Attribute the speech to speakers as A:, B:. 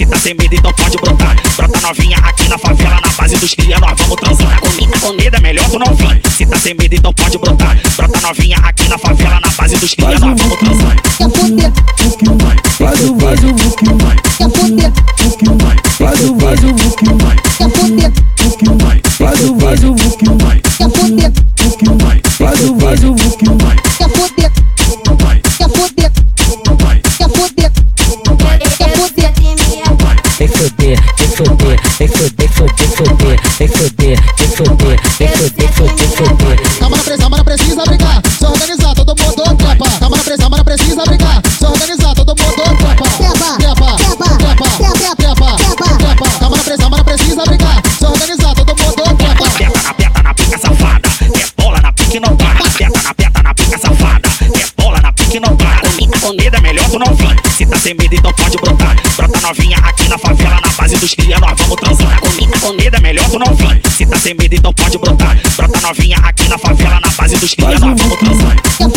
A: é sem medo, então pode brotar. Brota novinha aqui na favela, na base dos cria, nós vamos transar. Comida, comida é melhor tu não vir. Se tá sem medo, então pode brotar. Brota novinha aqui na favela, na base dos cria, nós vamos transar.
B: Quer fuder,
C: Faz o faz o vuc
B: quer fuder,
C: faz o faz o vuc
B: quer fuder,
C: faz o faz o vuc faz o faz
B: quer fuder,
C: o vuc
B: quer fuder, quer fuder, quer fuder, quer fuder.
D: Vem foder, vem foder, vem foder, foder, foder, vem foder, vem foder, vem foder, foder, foder.
E: Câmara precisa, câmara precisa brigar. Se organizar, todo mundo trepa. Câmara precisa, câmara precisa brigar. Se organizar, todo mundo trepa. trepa,
B: Trepa, trepa,
E: trepa,
B: trepa,
E: trepa,
B: trepa.
E: trepa. Câmara precisa, câmara precisa brigar. Se organizar, todo mundo trepa.
A: Aperta, aperta na pica safada. É bola na pique não para. Aperta, aperta na pica safada. É bola na pique não para. Comida, comida é melhor tu não vir. Se tá sem medo, então pode brotar. Brota novinha aqui na favela, na base dos cria, nós vamos transar. Comida, comida é melhor tu não vir. Se tá sem medo, então pode brotar. Brota novinha aqui na favela, na base dos cria, nós vamos transar.
B: Quer